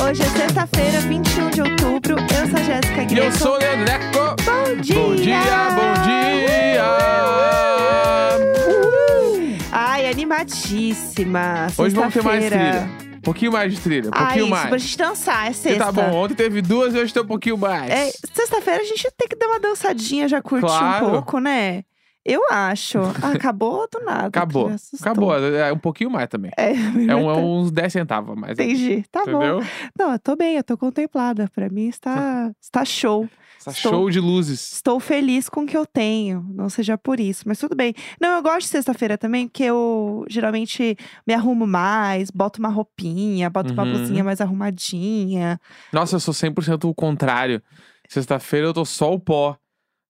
um é Terça-feira, 21 de outubro. Eu sou a Jéssica E Greco. eu sou o Leandro Neco. Bom dia! Bom dia, bom dia! Uhul! Ai, animadíssima. Hoje vamos ter mais Sexta-feira. trilha. Um pouquinho mais de trilha, um Ah, pouquinho isso, pra mais. gente dançar, é Porque sexta. tá bom, ontem teve duas e hoje tem um pouquinho mais. É, sexta-feira a gente tem que dar uma dançadinha, já curtir Claro. um pouco, né? Eu acho. Ah, acabou do nada. Acabou, me assustou. acabou. É um pouquinho mais também. É, É, um, é uns 10 centavos é a mais. Entendi. Tá bom. Entendeu? Não, eu tô bem, eu tô contemplada. Pra mim está, está show. Essa Estou- Tá show de luzes. Estou feliz com o que eu tenho, não seja por isso, mas tudo bem. Não, eu gosto de sexta-feira também, porque eu geralmente me arrumo mais, boto uma roupinha, boto uma Uhum. blusinha mais arrumadinha. Nossa, eu sou 100% o contrário. Sexta-feira eu tô só o pó.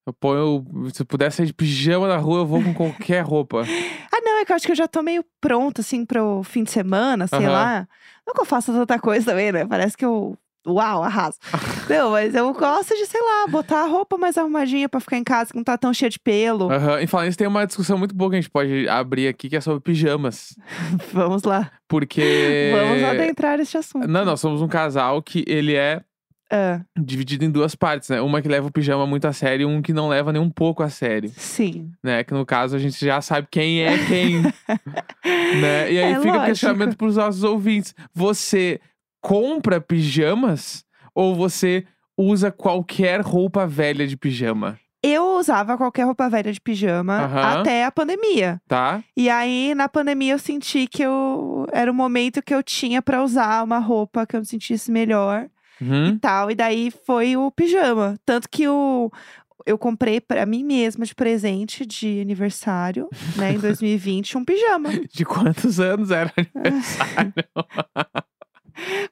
Eu ponho. Se eu puder sair de pijama na rua, eu vou com qualquer roupa. Ah, não, é que eu acho que eu já tô meio pronta, assim, pro fim de semana, sei Aham. lá. Não que eu faça tanta coisa também, né? Parece que eu. Uau, arraso. não, mas eu gosto de, sei lá, botar a roupa mais arrumadinha pra ficar em casa, que não tá tão cheia de pelo. Aham, E falando isso, tem uma discussão muito boa que a gente pode abrir aqui, que é sobre pijamas. Vamos lá. Porque. Vamos adentrar este assunto. É. Não, nós somos um casal que ele é Ah, dividido em duas partes, né? Uma que leva o pijama muito a sério e um que não leva nem um pouco a sério, sim. né? Que no caso a gente já sabe quem é quem, né? E aí É, fica lógico. o questionamento pros nossos ouvintes. Você compra pijamas ou você usa qualquer roupa velha de pijama, Eu usava qualquer roupa velha de pijama Aham. até a pandemia. tá? E aí, na pandemia, eu senti que eu era o momento que eu tinha pra usar uma roupa que eu me sentisse melhor e Uhum. tal. E daí foi o pijama. Tanto que o. Eu comprei pra mim mesma de presente de aniversário, né, em 2020, um pijama. De quantos anos era aniversário?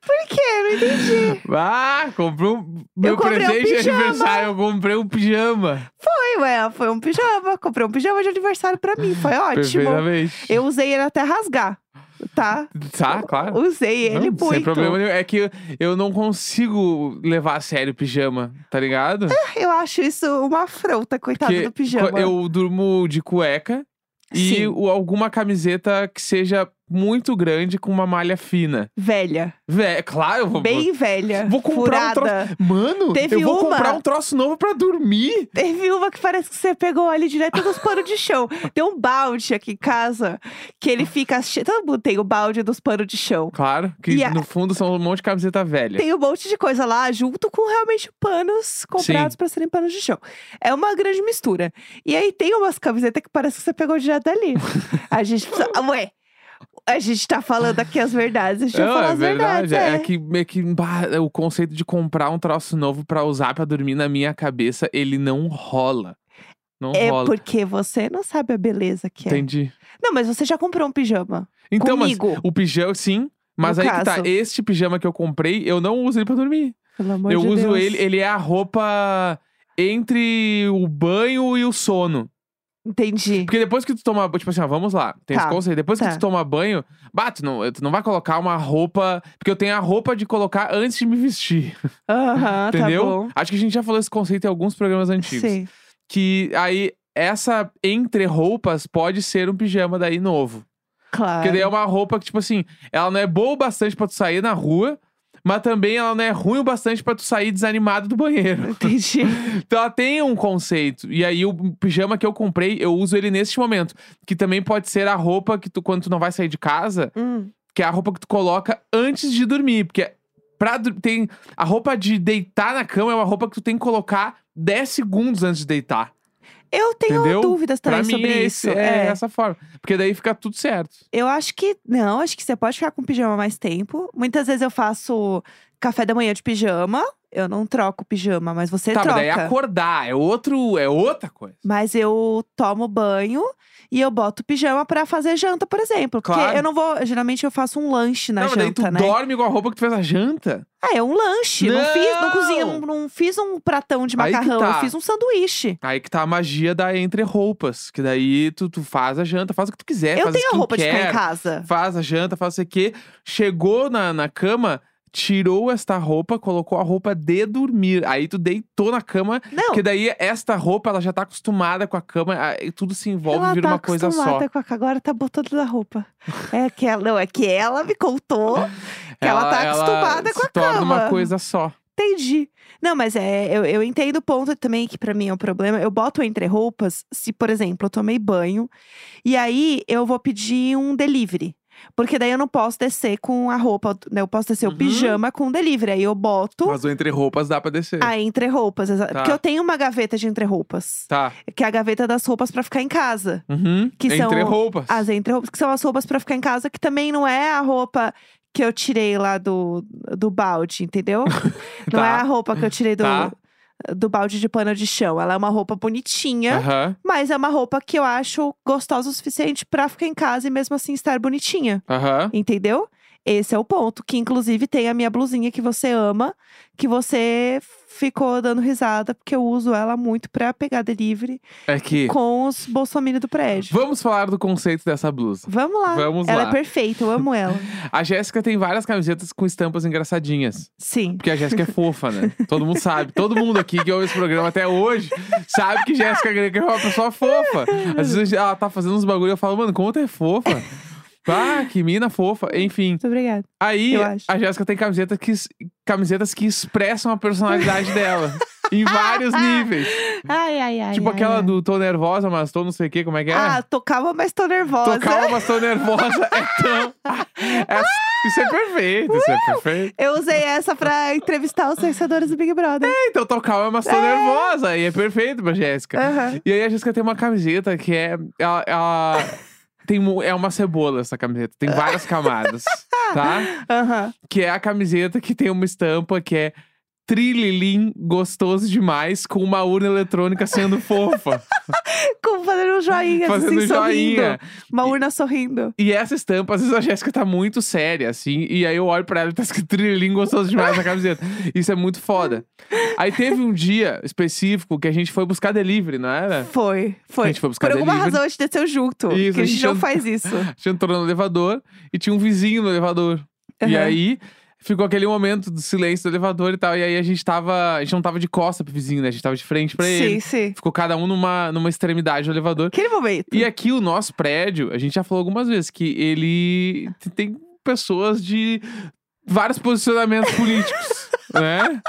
Por quê? Eu não entendi. ah, comprou um... Meu comprei um presente de pijama. aniversário, eu comprei um pijama. Foi, ué, foi um pijama. Comprei um pijama de aniversário pra mim. Foi ótimo. Perfeitamente. Eu usei ele até rasgar, tá? Tá, claro. Usei Não, ele muito. Sem problema nenhum. É que eu- eu não consigo levar a sério o pijama, tá ligado? Eu acho isso uma afronta, coitado Porque do pijama. Eu durmo de cueca e Sim. o- alguma camiseta que seja muito grande com uma malha fina. Velha. Vé, claro, eu vou. Bem velha. Vou comprar um furada. Mano, Teve eu vou uma- comprar um troço novo pra dormir. Teve uma que parece que você pegou ali direto dos panos de chão. Tem um balde aqui em casa que ele fica cheio. Todo mundo tem o balde dos panos de chão. Claro, que E a- no fundo são um monte de camiseta velha. Tem um monte de coisa lá, junto com realmente panos comprados Sim. pra serem panos de chão. É uma grande mistura. E aí tem umas camisetas que parece que você pegou direto ali. a gente precisa. Ah, Ué! A gente tá falando aqui as verdades. A gente vai Não, falar é as verdade. verdades. É, é. é que, é que bah, o conceito de comprar um troço novo pra usar pra dormir na minha cabeça, ele não rola. Não É rola. porque você não sabe a beleza que é. Entendi. Não, mas você já comprou um pijama. Então, Comigo. mas o pijama, sim. Mas No aí que tá, caso. este pijama que eu comprei, eu não uso ele pra dormir. Pelo amor eu de uso Deus. ele, ele é a roupa entre o banho e o sono. Entendi. Porque depois que tu toma, tipo assim, ó, vamos lá, tem Tá, esse conceito. Depois tá. que tu toma banho, bah, tu não, tu não vai colocar uma roupa, porque eu tenho a roupa de colocar antes de me vestir, Aham, entendeu? tá bom. Acho que a gente já falou esse conceito em alguns programas antigos. Sim. Que aí essa entre roupas pode ser um pijama daí novo. Claro. Porque daí é uma roupa que, tipo assim, ela não é boa o bastante pra tu sair na rua, mas também ela não é ruim o bastante pra tu sair desanimado do banheiro. Entendi. Então ela tem um conceito. E aí o pijama que eu comprei, eu uso ele neste momento. Que também pode ser a roupa que tu, quando tu não vai sair de casa, Hum, que é a roupa que tu coloca antes de dormir. Porque pra, dur- tem, a roupa de deitar na cama é uma roupa que tu tem que colocar 10 segundos antes de deitar. Eu tenho Entendeu? dúvidas também pra mim Tá sobre é, esse- isso. é É. essa forma. Porque daí fica tudo certo. Eu acho que. Não, acho que você pode ficar com pijama mais tempo. Muitas vezes eu faço café da manhã de pijama. Eu não troco o pijama, mas você tá, troca. mas daí é acordar, é, outro, é outra coisa. Mas eu tomo banho e eu boto pijama pra fazer janta, por exemplo. Claro. Porque eu não vou. Geralmente eu faço um lanche na não, mas daí tu janta, né? dorme com a roupa que tu fez a janta. Ah, é um lanche. Não, Não! fiz, não cozinha, não, não fiz um pratão de Aí que macarrão, tá. eu fiz um sanduíche. Aí que tá a magia da entre roupas. Que daí tu, tu faz a janta, faz o que tu quiser. eu faz tenho a roupa de ficar em É skincare, casa. Faz a janta, faz o que. Chegou na, na cama, tirou esta roupa, colocou a roupa de dormir. Aí tu deitou na cama. Não, Que daí esta roupa, ela já tá acostumada com a cama. aí tudo se envolve ela e vira tá uma coisa só. acostumada com a... Agora tá botando na roupa. É que ela, não, é que ela me contou que ela, tá acostumada nada com a se torna uma cama. coisa só. Entendi. Não, mas é, eu, eu entendo o ponto também que pra mim é um problema. Eu boto entre roupas se, por exemplo, eu tomei banho e aí eu vou pedir um delivery. Porque daí eu não posso descer com a roupa, né? Eu posso descer Uhum. o pijama com o delivery. Aí eu boto Mas o entre roupas dá pra descer. a entre roupas. exa- Tá. Porque eu tenho uma gaveta de entre roupas. Tá. Que é a gaveta das roupas pra ficar em casa. Uhum. Que são entre roupas. As entre roupas, que são as roupas pra ficar em casa, que também não é a roupa que eu tirei lá do, do balde, entendeu? Não é Tá. a roupa que eu tirei do, Tá. do balde de pano de chão. Ela é uma roupa bonitinha, Aham. mas é uma roupa que eu acho gostosa o suficiente pra ficar em casa e mesmo assim estar bonitinha. Aham. Entendeu? Esse é o ponto. Que inclusive tem a minha blusinha que você ama, que você ficou dando risada, porque eu uso ela muito pra pegar delivery É que. com os bolsominions do prédio. Vamos falar do conceito dessa blusa. Vamos lá. Vamos ela lá. é perfeita, eu amo ela. A Jéssica tem várias camisetas com estampas engraçadinhas. Sim. Porque a Jéssica é fofa, né? Todo mundo sabe. Todo mundo aqui que ouve esse programa até hoje sabe que Jéssica Greco é uma pessoa fofa. Às vezes ela tá fazendo uns bagulho e eu falo, mano, como tu é fofa? Ah, que mina fofa. Enfim. Muito obrigada. Aí Eu acho. a Jéssica tem camiseta que, es- camisetas que expressam a personalidade dela. em vários níveis. Ai, ai, ai. tipo ai, aquela ai. do tô nervosa, mas tô não sei o que, como é que é? Ah, tô calma, mas tô nervosa. tô calma, mas tô nervosa. É tão... É- Isso é perfeito, isso é perfeito. Eu usei essa pra entrevistar os vencedores do Big Brother. Então tô calma, mas tô nervosa. E é perfeito pra Jéssica. Aham. E aí a Jéssica tem uma camiseta que é. Ela. ela tem, mu- é uma cebola essa camiseta. Tem várias camadas. tá? Aham. Que é a camiseta que tem uma estampa que é Trililin gostoso demais, com uma urna eletrônica sendo fofa. Como fazendo um joinha, fazendo assim, joinha. sorrindo. Uma urna sorrindo. E essa estampa, às vezes a Jéssica tá muito séria, assim. E aí eu olho pra ela e tá escrito Trililin gostoso demais na camiseta. Isso é muito foda. Aí teve um dia específico que a gente foi buscar delivery, não era? Foi, foi. A gente foi buscar Por alguma delivery. razão a gente desceu junto. Isso, que a a gente gente não and- faz isso. A gente entrou no elevador e tinha um vizinho no elevador. E Aham. aí ficou aquele momento do silêncio do elevador e tal. E aí a gente tava. A gente não tava de costa pro vizinho, né? A gente tava de frente pra sim, ele. sim. Ficou cada um numa, numa extremidade do elevador. Aquele momento. E aqui o nosso prédio, a gente já falou algumas vezes que ele t- tem pessoas de vários posicionamentos políticos. Né?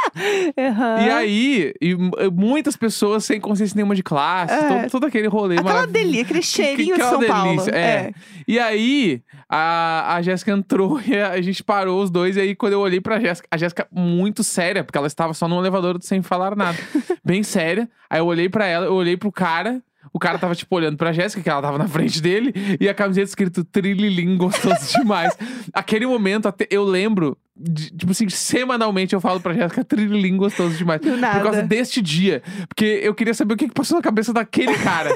Aham. E aí, e m- muitas pessoas sem consciência nenhuma de classe, É. todo, todo aquele rolê Aquela maravilhoso. delícia, aquele cheirinho que é de uma São Paulo. delícia, é. E aí, a, a Jéssica entrou e a, a gente parou os dois. E aí, quando eu olhei pra Jéssica, a Jéssica muito séria, porque ela estava só no elevador sem falar nada. Bem séria. Aí eu olhei pra ela, eu olhei pro cara. O cara tava, tipo, olhando pra Jéssica, que ela tava na frente dele. E a camiseta escrito Trililim, gostoso demais. Aquele momento, até eu lembro, de- tipo assim, semanalmente eu falo pra Jéssica Trililim, gostoso demais. Do nada. Por causa deste dia. Porque eu queria saber o que, que passou na cabeça daquele cara.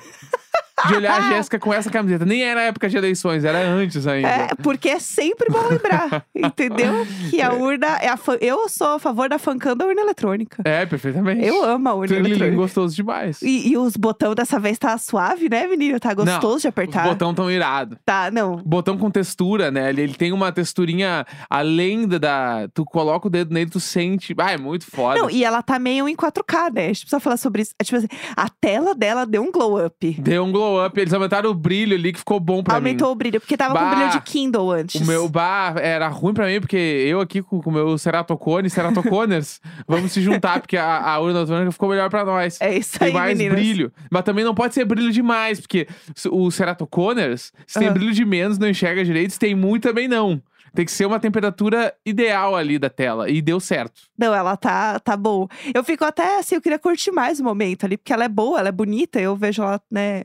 De olhar a Jéssica com essa camiseta. Nem era época de eleições, era antes ainda. É, porque é sempre bom lembrar, entendeu? Que a urna. É a fan- Eu sou a favor da fancam da urna eletrônica. É, perfeitamente. Eu amo a urna Trilhilim eletrônica. gostoso demais. E, e os botão dessa vez tá suave, né, menino? Tá gostoso de apertar. Os botão tão irado. Tá, não. Botão com textura, né? Ele, ele tem uma texturinha além da- da. Tu coloca o dedo nele, tu sente. Ah, é muito foda. Não, e ela tá meio em 4K, né? A gente precisa falar sobre isso. É, tipo assim, a tela dela deu um glow up. Deu um glow up, eles aumentaram o brilho ali que ficou bom pra Aumentou mim. o brilho, porque tava Bah! com um brilho de Kindle antes. O meu bar era ruim pra mim, porque eu aqui com com o meu ceratocone, ceratoconers, vamos se juntar, porque a, a urna eletrônica ficou melhor pra nós. É isso Tem aí, mais meninas. brilho. Mas também não pode ser brilho demais, porque se- o Ceratoconers, se tem Ah. brilho de menos, não enxerga direito, se tem muito também não. Tem que ser uma temperatura ideal ali da tela. E deu certo. Não, ela tá, tá bom. Eu fico até assim, eu queria curtir mais o momento ali, porque ela é boa, ela é bonita, eu vejo ela, né,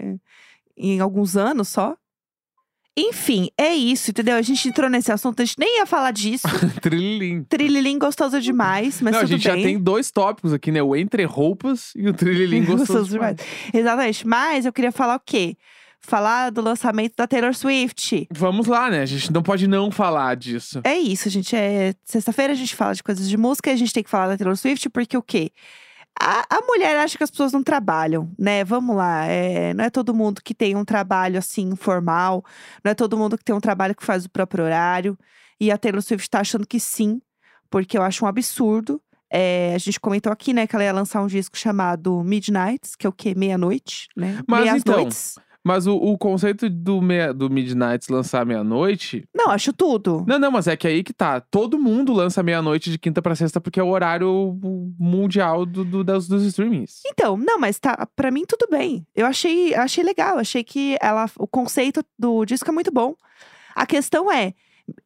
em alguns anos só. Enfim, é isso, entendeu? A gente entrou nesse assunto, a gente nem ia falar disso. Trilhim. Trililim gostosa demais, mas não, a tudo gente já bem. tem dois tópicos aqui, né? O entre roupas e o trilhilim gostoso demais. Exatamente. Mas eu queria falar o quê? Falar do lançamento da Taylor Swift. Vamos lá, né? A gente não pode não falar disso. É isso, gente. É sexta-feira a gente fala de coisas de música e a gente tem que falar da Taylor Swift, porque o quê? A, a mulher acha que as pessoas não trabalham, né? Vamos lá. é, não é todo mundo que tem um trabalho assim formal, não é todo mundo que tem um trabalho que faz o próprio horário. E a Taylor Swift tá achando que sim, porque eu acho um absurdo. É, a gente comentou aqui, né, que ela ia lançar um disco chamado Midnights, que é o quê? Meia-noite, né? Mas Meias então, noites. Mas o, o conceito do, meia, do Midnight lançar meia-noite. Não, acho tudo. Não, não, mas é que aí que tá. Todo mundo lança meia-noite de quinta pra sexta, porque é o horário mundial do, do- das- dos streamings. Então, não, mas tá, pra mim tudo bem. Eu achei, achei legal, achei que ela, o conceito do disco é muito bom. A questão é,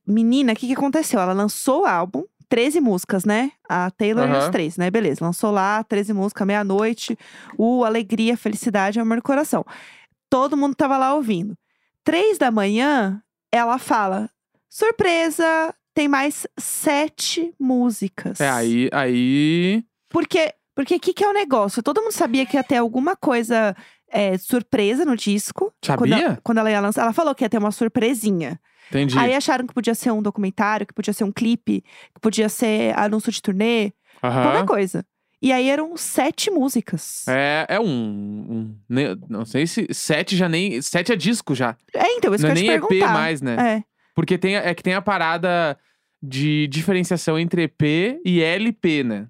menina, o que, que aconteceu? Ela lançou o álbum, 13 músicas, né? A Taylor e os Aham. três, né? Beleza, lançou lá 13 músicas, meia-noite, o Alegria, Felicidade, Amor do Coração. Todo mundo tava lá ouvindo. Três da manhã, ela fala: surpresa, tem mais sete músicas. É, aí. aí... Porque porque o que, que é o negócio? Todo mundo sabia que ia ter alguma coisa é, surpresa no disco. Quando Sabia? ela, quando ela ia lançar, ela falou que ia ter uma surpresinha. Entendi. Aí acharam que podia ser um documentário, que podia ser um clipe, que podia ser anúncio de turnê, Aham. é qualquer coisa. E aí eram sete músicas. É, é um, um- ne- Não sei se. Sete já nem. Sete é disco já. É, então, isso não é que eu nem ia te EP perguntar. mais, né? É. Porque tem, a- é que tem a parada de diferenciação entre EP e LP, né?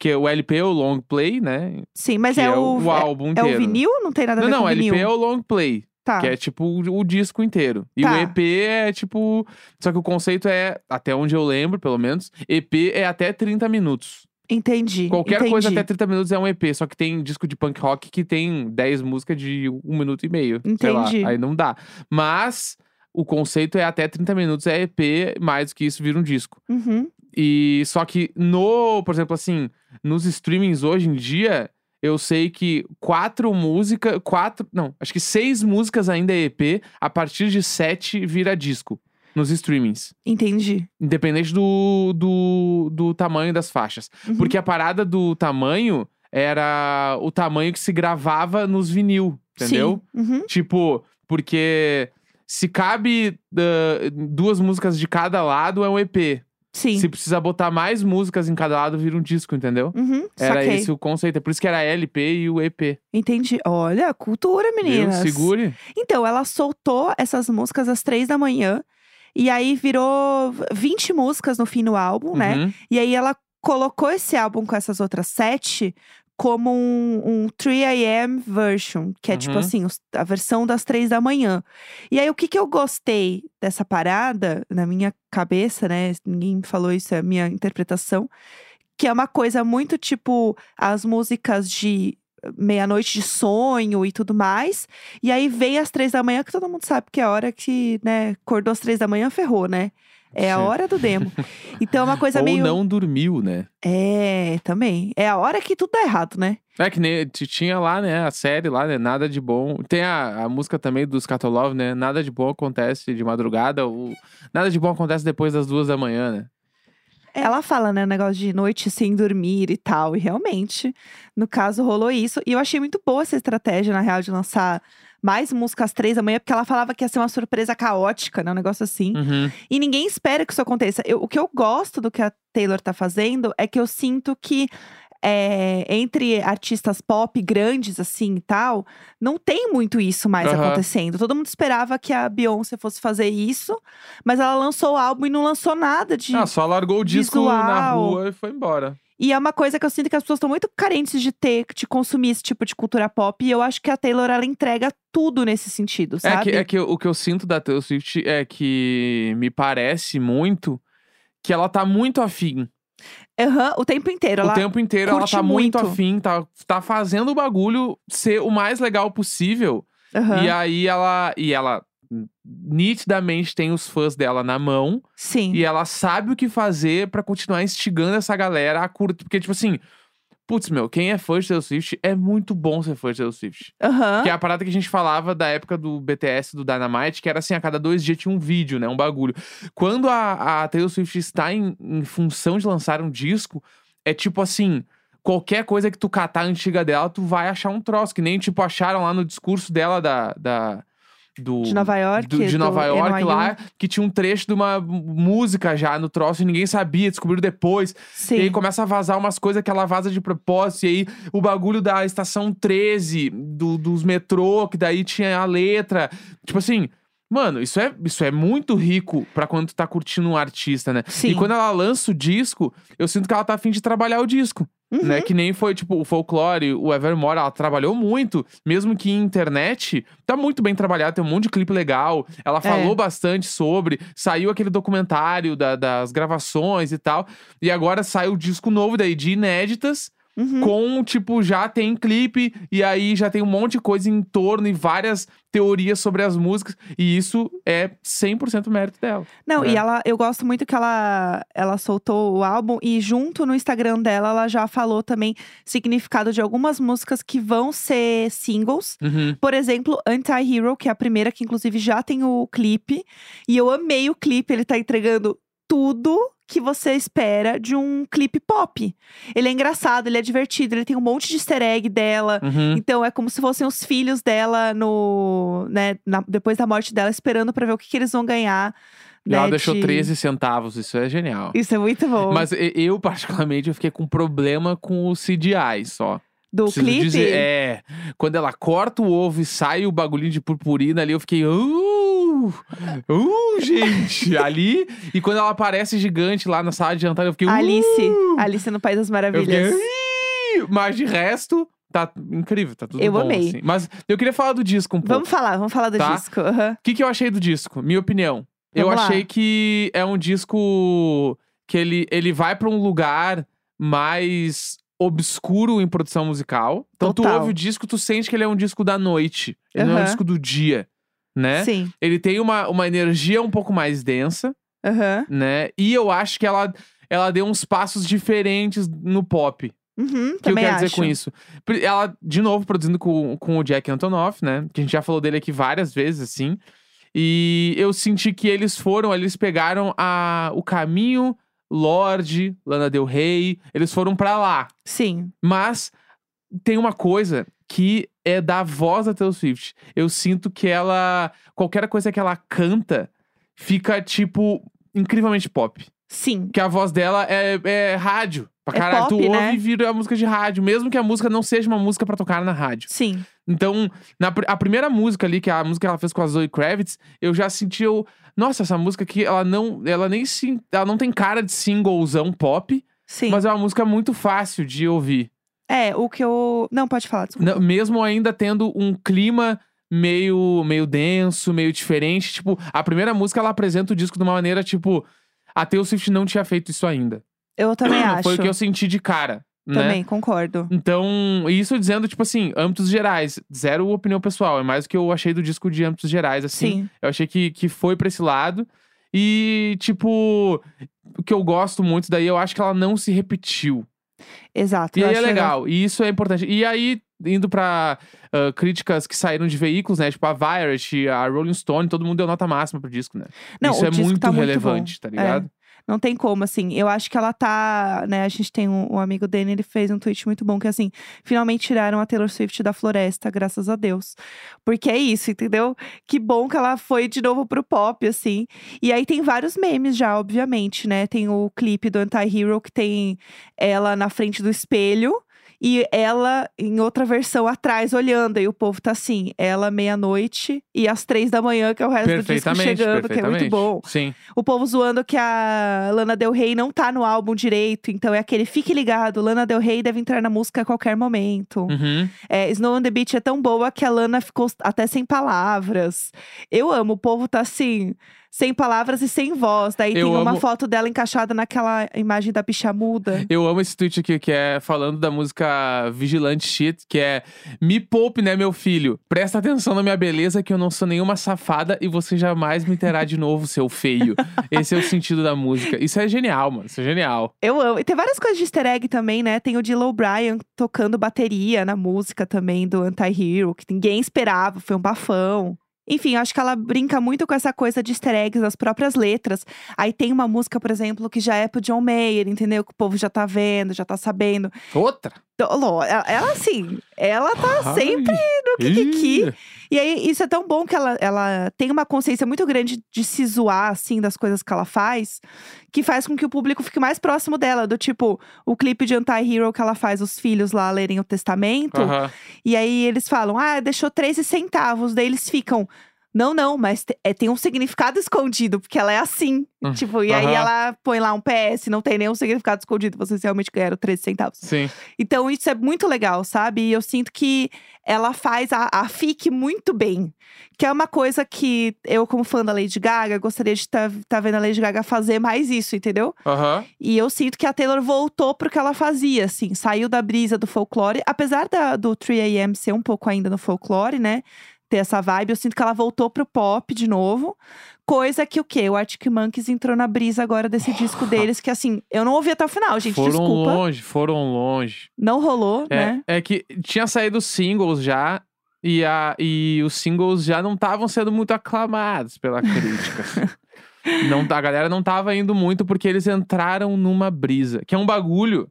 Que o LP é o long play, né? Sim, mas que é, é o. o álbum é, é inteiro. o vinil? Não tem nada a Não, ver com não, vinil. LP é o long play, Tá. que é tipo o, o disco inteiro. E o Tá. EP é tipo. Só que o conceito é, até onde eu lembro, pelo menos, EP é até 30 minutos. Entendi. Qualquer coisa até entendi. 30 minutos é um EP, só que tem disco de punk rock que tem 10 músicas de 1 minuto e meio. sei lá, Entendi. aí não dá. Mas o conceito é até 30 minutos é EP, mais do que isso vira um disco. Uhum. E só que no, por exemplo, assim, nos streamings hoje em dia, eu sei que quatro músicas, quatro, não, acho que seis músicas ainda é EP, a partir de sete vira disco nos streamings. Entendi. Independente do, do, do tamanho das faixas. Uhum. Porque a parada do tamanho era o tamanho que se gravava nos vinil, entendeu? Sim. Uhum. Tipo, porque se cabe ah, duas músicas de cada lado, é um EP. Sim. Se precisar botar mais músicas em cada lado, vira um disco, entendeu? Uhum. Era Saquei. esse o conceito. É por isso que era LP e o EP. Entendi. Olha, cultura, Viu? meninas. Segure. Então, ela soltou essas músicas às três da manhã. E aí virou 20 músicas no fim do álbum, né? Uhum. E aí ela colocou esse álbum com essas outras sete como um, um 3am version, que é tipo Uhum. assim, os- a versão das três da manhã. E aí, o que, que eu gostei dessa parada, na minha cabeça, né? Ninguém me falou isso, é a minha interpretação. Que é uma coisa muito tipo as músicas de eh, meia-noite de sonho e tudo mais. E aí vem às três da manhã, que todo mundo sabe que é a hora que, né, acordou às três da manhã, ferrou, né? É a Sim. hora do demo. Então é uma coisa Ou meio. não dormiu, né? É, também. É a hora que tudo dá errado, né? É que nem, t- tinha lá, né, a série lá, né, Nada de Bom. Tem a, a música também dos Catolov, né, Nada de Bom acontece de madrugada, ou Nada de Bom acontece depois das duas da manhã, né. Ela fala, né, o negócio de noite sem dormir e tal. E realmente, no caso, rolou isso. E eu achei muito boa essa estratégia, na real, de lançar mais músicas às três da manhã, porque ela falava que ia ser uma surpresa caótica, né? Um negócio assim. Uhum. E ninguém espera que isso aconteça. Eu- o que eu gosto do que a Taylor tá fazendo é que eu sinto que é, entre artistas pop grandes, assim e tal, não tem muito isso mais Aham. acontecendo. Todo mundo esperava que a Beyoncé fosse fazer isso, mas ela lançou o álbum e não lançou nada de. Ah, só largou o disco na visual. rua e foi embora. E é uma coisa que eu sinto que as pessoas estão muito carentes de ter, de consumir esse tipo de cultura pop. E eu acho que a Taylor, ela entrega tudo nesse sentido, É sabe? que, é que o que eu sinto da Taylor Swift é que me parece muito que ela tá muito afim. Aham, o tempo inteiro. o ela... tempo inteiro ela curte tá muito, muito. afim, tá, tá fazendo o bagulho ser o mais legal possível. Aham, E aí ela. E ela nitidamente tem os fãs dela na mão. Sim. E ela sabe o que fazer pra continuar instigando essa galera a curtir. Porque, tipo assim, putz, meu, quem é fã de Taylor Swift é muito bom ser fã de Taylor Swift. Aham. Que é a parada que a gente falava da época do BTS, do Dynamite, que era assim, a cada dois dias tinha um vídeo, né? Um bagulho. Quando a, a Taylor Swift está em, em função de lançar um disco, é tipo assim... Qualquer coisa que tu catar antiga dela, tu vai achar um troço. Que nem, tipo, acharam lá no discurso dela da... da do, De Nova York. do- de Nova do York NYU. lá, que tinha um trecho de uma m- música já no troço e ninguém sabia, descobriram depois. Sim. E aí começa a vazar umas coisas que ela vaza de propósito. E aí o bagulho da estação 13, do- dos metrô, que daí tinha a letra. Tipo assim, mano, isso é, isso é muito rico pra quando tu tá curtindo um artista, né? Sim. E quando ela lança o disco, eu sinto que ela tá afim de trabalhar o disco. Uhum. né? Que nem foi, tipo, o Folklore, o Evermore, ela trabalhou muito, mesmo que em internet, tá muito bem trabalhado, tem um monte de clipe legal. Ela É. falou bastante sobre, saiu aquele documentário da- das gravações e tal. E agora sai o disco novo daí, de inéditas, Uhum. com, tipo, já tem clipe, e aí já tem um monte de coisa em torno e várias teorias sobre as músicas. E isso é 100% mérito dela. Não, né? e ela, eu gosto muito que ela, ela soltou o álbum e junto no Instagram dela, ela já falou também significado de algumas músicas que vão ser singles. Uhum. Por exemplo, Anti-Hero, que é a primeira, que inclusive já tem o clipe. E eu amei o clipe, ele tá entregando tudo que você espera de um clipe pop. Ele é engraçado, ele é divertido, ele tem um monte de easter egg dela. Uhum. Então é como se fossem os filhos dela no, né, na- depois da morte dela, esperando pra ver o que, que eles vão ganhar. E ela né, deixou de- 13 centavos, isso é genial. Isso é muito bom. Mas e- eu, particularmente, eu fiquei com problema com o CGI só. Do Preciso clipe, dizer, é. Quando ela corta o ovo e sai o bagulhinho de purpurina ali, eu fiquei. Uh, uh, gente! ali. E quando ela aparece gigante lá na sala de jantar, eu fiquei. "Uh!" Alice, Alice no País das Eu fiquei, assim, Maravilhas. "Ih!" Mas de resto, tá incrível, tá tudo Eu bom. amei. assim. Mas eu queria falar do disco um pouco. Vamos falar, vamos falar do Tá. disco. aham. O que, que eu achei do disco? Minha opinião. eu Vamos lá. achei que é um disco que ele, ele vai pra um lugar mais obscuro em produção musical. Então tu Total. ouve o disco, tu sente que ele é um disco da noite. Ele não é um Aham. disco do dia, né? Sim. Ele tem uma, uma energia um pouco mais densa, aham. né? E eu acho que ela, ela deu uns passos diferentes no pop. Uhum, O que eu também quero acho. dizer com isso? Pri- Ela, de novo, produzindo com, com o Jack Antonoff, né? Que a gente já falou dele aqui várias vezes, assim. E eu senti que eles foram, eles pegaram a, o caminho Lorde, Lana Del Rey, eles foram pra lá. Sim. Mas tem uma coisa que é da voz da Taylor Swift. Eu sinto que ela. Qualquer coisa que ela canta fica, tipo, incrivelmente pop. Sim. Que a voz dela é, é rádio. Pra É caralho, tu pop, ouve né? e vira a música de rádio, mesmo que a música não seja uma música pra tocar na rádio. Sim. Então, na, pr- a primeira música ali, que é a música que ela fez com a Zoe Kravitz, eu já senti eu, nossa, essa música aqui, ela não, ela nem se, ela não tem cara de singlezão pop, Sim. mas é uma música muito fácil de ouvir. É, o que eu. Não, pode falar. desculpa. Não, mesmo ainda tendo um clima meio, meio denso, meio diferente. Tipo, a primeira música ela apresenta o disco de uma maneira tipo. A Taylor Swift não tinha feito isso ainda. Eu também acho. Foi o que eu senti de cara. Né? Também, concordo. Então, isso dizendo, tipo assim, âmbitos gerais. Zero opinião pessoal. É mais o que eu achei do disco de âmbitos gerais, assim. Sim. Eu achei que, que foi pra esse lado. E, tipo, o que eu gosto muito daí, eu acho que ela não se repetiu. Exato. E eu aí é acho legal, e isso é importante. E aí, indo pra ah, críticas que saíram de veículos, né? Tipo a Variety, a Rolling Stone, todo mundo deu nota máxima pro disco, né? Não, isso o é disco muito tá muito bom. relevante, tá ligado? Não tem como, assim. Eu acho que ela tá. né, A gente tem um, um amigo dele, ele fez um tweet muito bom que, assim, finalmente tiraram a Taylor Swift da floresta, graças a Deus. Porque é isso, entendeu? Que bom que ela foi de novo pro pop, assim. E aí tem vários memes já, obviamente, né? Tem o clipe do Anti-Hero que tem ela na frente do espelho. E ela, em outra versão, atrás, olhando. E o povo tá assim, ela meia-noite e às três da manhã, que é o resto do disco perfeitamente, chegando, que é perfeitamente. muito bom. Sim. O povo zoando que a Lana Del Rey não tá no álbum direito, então é aquele fique ligado, Lana Del Rey deve entrar na música a qualquer momento. Uhum. É, Snow on the Beach é tão boa que a Lana ficou até sem palavras. Eu amo, o povo tá assim, sem palavras e sem voz. Daí Eu tem uma amo- foto dela encaixada naquela imagem da bicha muda. Eu amo esse tweet aqui, que é falando da música Vigilante Shit, que é Me poupe, né, meu filho? Presta atenção na minha beleza, que eu não sou nenhuma safada e você jamais me terá de novo, seu feio. Esse é o sentido da música. Isso é genial, mano. Isso é genial. Eu amo. E tem várias coisas de easter egg também, né? Tem o Dylan O'Brien tocando bateria na música também do Anti-Hero, que ninguém esperava, foi um bafão. Enfim, eu acho que ela brinca muito com essa coisa de easter eggs nas próprias letras. Aí tem uma música, por exemplo, que já é pro John Mayer, entendeu? Que o povo já tá vendo, já tá sabendo. Outra? Então, Lô, ela, ela, assim, ela tá sempre no Kikiki. Ih. E aí, isso é tão bom que ela, ela tem uma consciência muito grande de se zoar, assim, das coisas que ela faz, que faz com que o público fique mais próximo dela. Do tipo, o clipe de Anti-Hero que ela faz os filhos lá lerem o testamento. Aham. E aí eles falam, ah, deixou 13 centavos. Daí eles ficam. Não, não, mas te- é, tem um significado escondido, porque ela é assim. Hum, Tipo, e aí aham. ela põe lá um PS, não tem nenhum significado escondido, vocês realmente ganharam 13 centavos. Sim. Então isso é muito legal, sabe? E eu sinto que ela faz a, a FIC muito bem. Que é uma coisa que eu, como fã da Lady Gaga, gostaria de estar vendo a Lady Gaga fazer mais isso, entendeu? Aham. E eu sinto que a Taylor voltou pro que ela fazia, assim. Saiu da brisa do folclore. Apesar da- do 3AM ser um pouco ainda no folclore, né? Ter essa vibe, eu sinto que ela voltou pro pop de novo. Coisa que o quê? O Arctic Monkeys entrou na brisa agora desse disco deles. Que assim, eu não ouvi até o final, gente. foram desculpa. longe, foram longe. Não rolou, É, né? é que tinha saído os singles já. E, a, e os singles já não estavam sendo muito aclamados pela crítica. assim. não, tá- a galera não tava indo muito porque eles entraram numa brisa. Que é um bagulho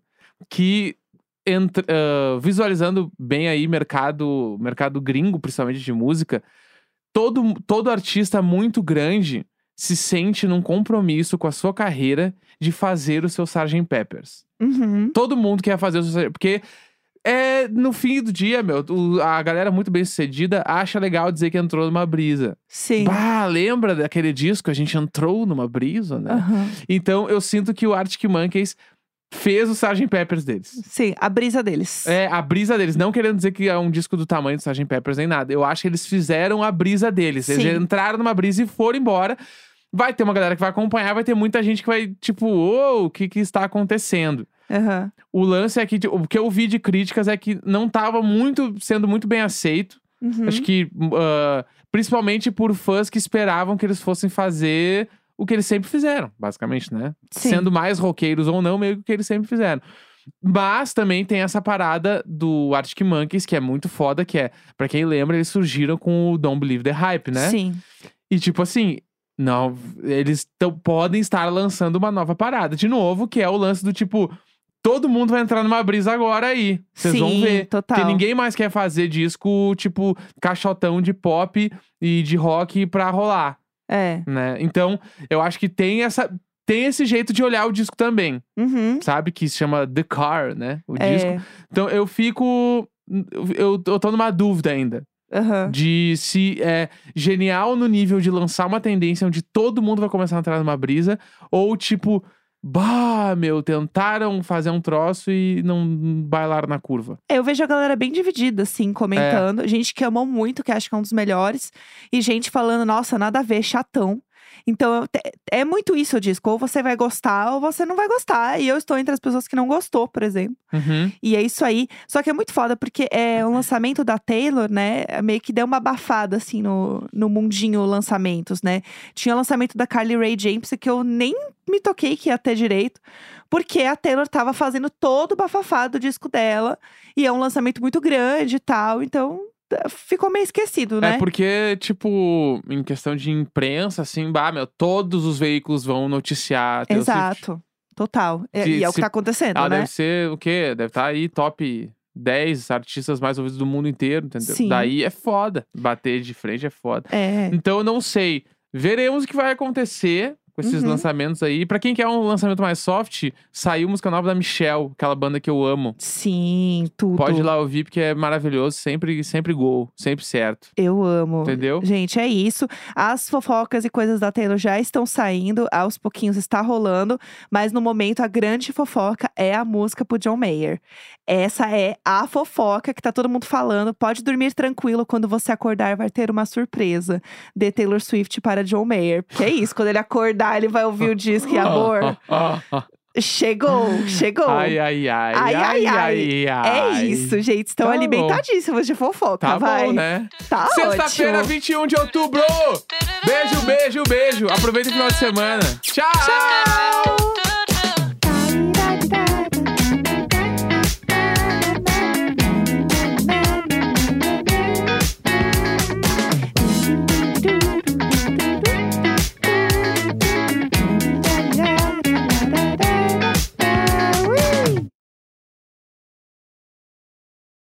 que, entra- ah, visualizando bem aí mercado, mercado gringo, principalmente de música, todo, todo artista muito grande se sente num compromisso com a sua carreira de fazer o seu Sgt. Peppers. Uhum. Todo mundo quer fazer o seu Porque é, no fim do dia, meu, o- a galera muito bem sucedida acha legal dizer que entrou numa brisa. Sim. Bah, lembra daquele disco? A gente entrou numa brisa, né? Aham. Então eu sinto que o Arctic Monkeys fez o Sgt. Peppers deles. Sim, a brisa deles. É, a brisa deles. Não querendo dizer que é um disco do tamanho do Sgt. Peppers nem nada. Eu acho que eles fizeram a brisa deles. Sim. Eles entraram numa brisa e foram embora. Vai ter uma galera que vai acompanhar, vai ter muita gente que vai, tipo, ô, o que que está acontecendo? Aham. O lance é que tipo, o que eu vi de críticas é que não tava muito sendo muito bem aceito. Uhum. Acho que ah, principalmente por fãs que esperavam que eles fossem fazer o que eles sempre fizeram, basicamente, né? Sim. Sendo mais roqueiros ou não, meio que o que eles sempre fizeram. Mas também tem essa parada do Arctic Monkeys, que é muito foda, que é, pra quem lembra, eles surgiram com o Don't Believe the Hype, né? Sim. E tipo assim, não, eles tão- podem estar lançando uma nova parada de novo, que é o lance do tipo, todo mundo vai entrar numa brisa agora aí. Vocês vão Sim, ver. total. Porque ninguém mais quer fazer disco, tipo, caixotão de pop e de rock pra rolar, É. né? Então, eu acho que tem essa. Tem esse jeito de olhar o disco também, Uhum. sabe? Que se chama The Car, né? O disco. É. Então eu fico. Eu, eu tô numa dúvida ainda Aham. de se é genial no nível de lançar uma tendência onde todo mundo vai começar a entrar numa brisa, ou tipo, bah, meu, tentaram fazer um troço e não bailaram na curva. É, Eu vejo a galera bem dividida, assim, comentando. Gente que amou muito, que acha que é um dos melhores. E gente falando, nossa, nada a ver, chatão. Então, eu te- é muito isso o disco. Ou você vai gostar, ou você não vai gostar. E eu estou entre as pessoas que não gostou, por exemplo. Uhum. E é isso aí. Só que é muito foda, porque é o lançamento da Taylor, né? Meio que deu uma abafada, assim, no, no mundinho lançamentos, né? Tinha o lançamento da Carly Rae Jepsen, que eu nem me toquei que ia ter direito. Porque a Taylor tava fazendo todo o bafafá do disco dela. E é um lançamento muito grande e tal. Então, tá- ficou meio esquecido, né? É porque, tipo, em questão de imprensa, assim, bah, meu, todos os veículos vão noticiar. Taylor Swift. Exato. Total. E- Se- e é o que se- tá acontecendo, Ela né? Ah, deve ser o quê? Deve estar aí top 10 artistas mais ouvidos do mundo inteiro, entendeu? Sim. Daí é foda. Bater de frente é foda. É. Então eu não sei. Veremos o que vai acontecer com esses Uhum. lançamentos aí. Pra quem quer um lançamento mais soft, saiu música nova da Michelle, aquela banda que eu amo. Sim, tudo. Pode ir lá ouvir porque é maravilhoso, sempre sempre gol, sempre certo. Eu amo. Entendeu? Gente, é isso. As fofocas e coisas da Taylor já estão saindo, aos pouquinhos está rolando, mas no momento a grande fofoca é a música pro John Mayer. Essa é a fofoca que tá todo mundo falando. Pode dormir tranquilo, quando você acordar vai ter uma surpresa de Taylor Swift para John Mayer. Porque é isso, quando ele acordar ele vai ouvir o disco e amor, chegou, chegou. Ai, ai, ai. Ai, ai, ai. ai, é ai. isso, gente. Estão Tá bom. alimentadíssimos de fofoca, Tá vai. bom, né? Tá Sexta-feira, ótimo. 21 de outubro. Beijo, beijo, beijo. Aproveita o final de semana. Tchau.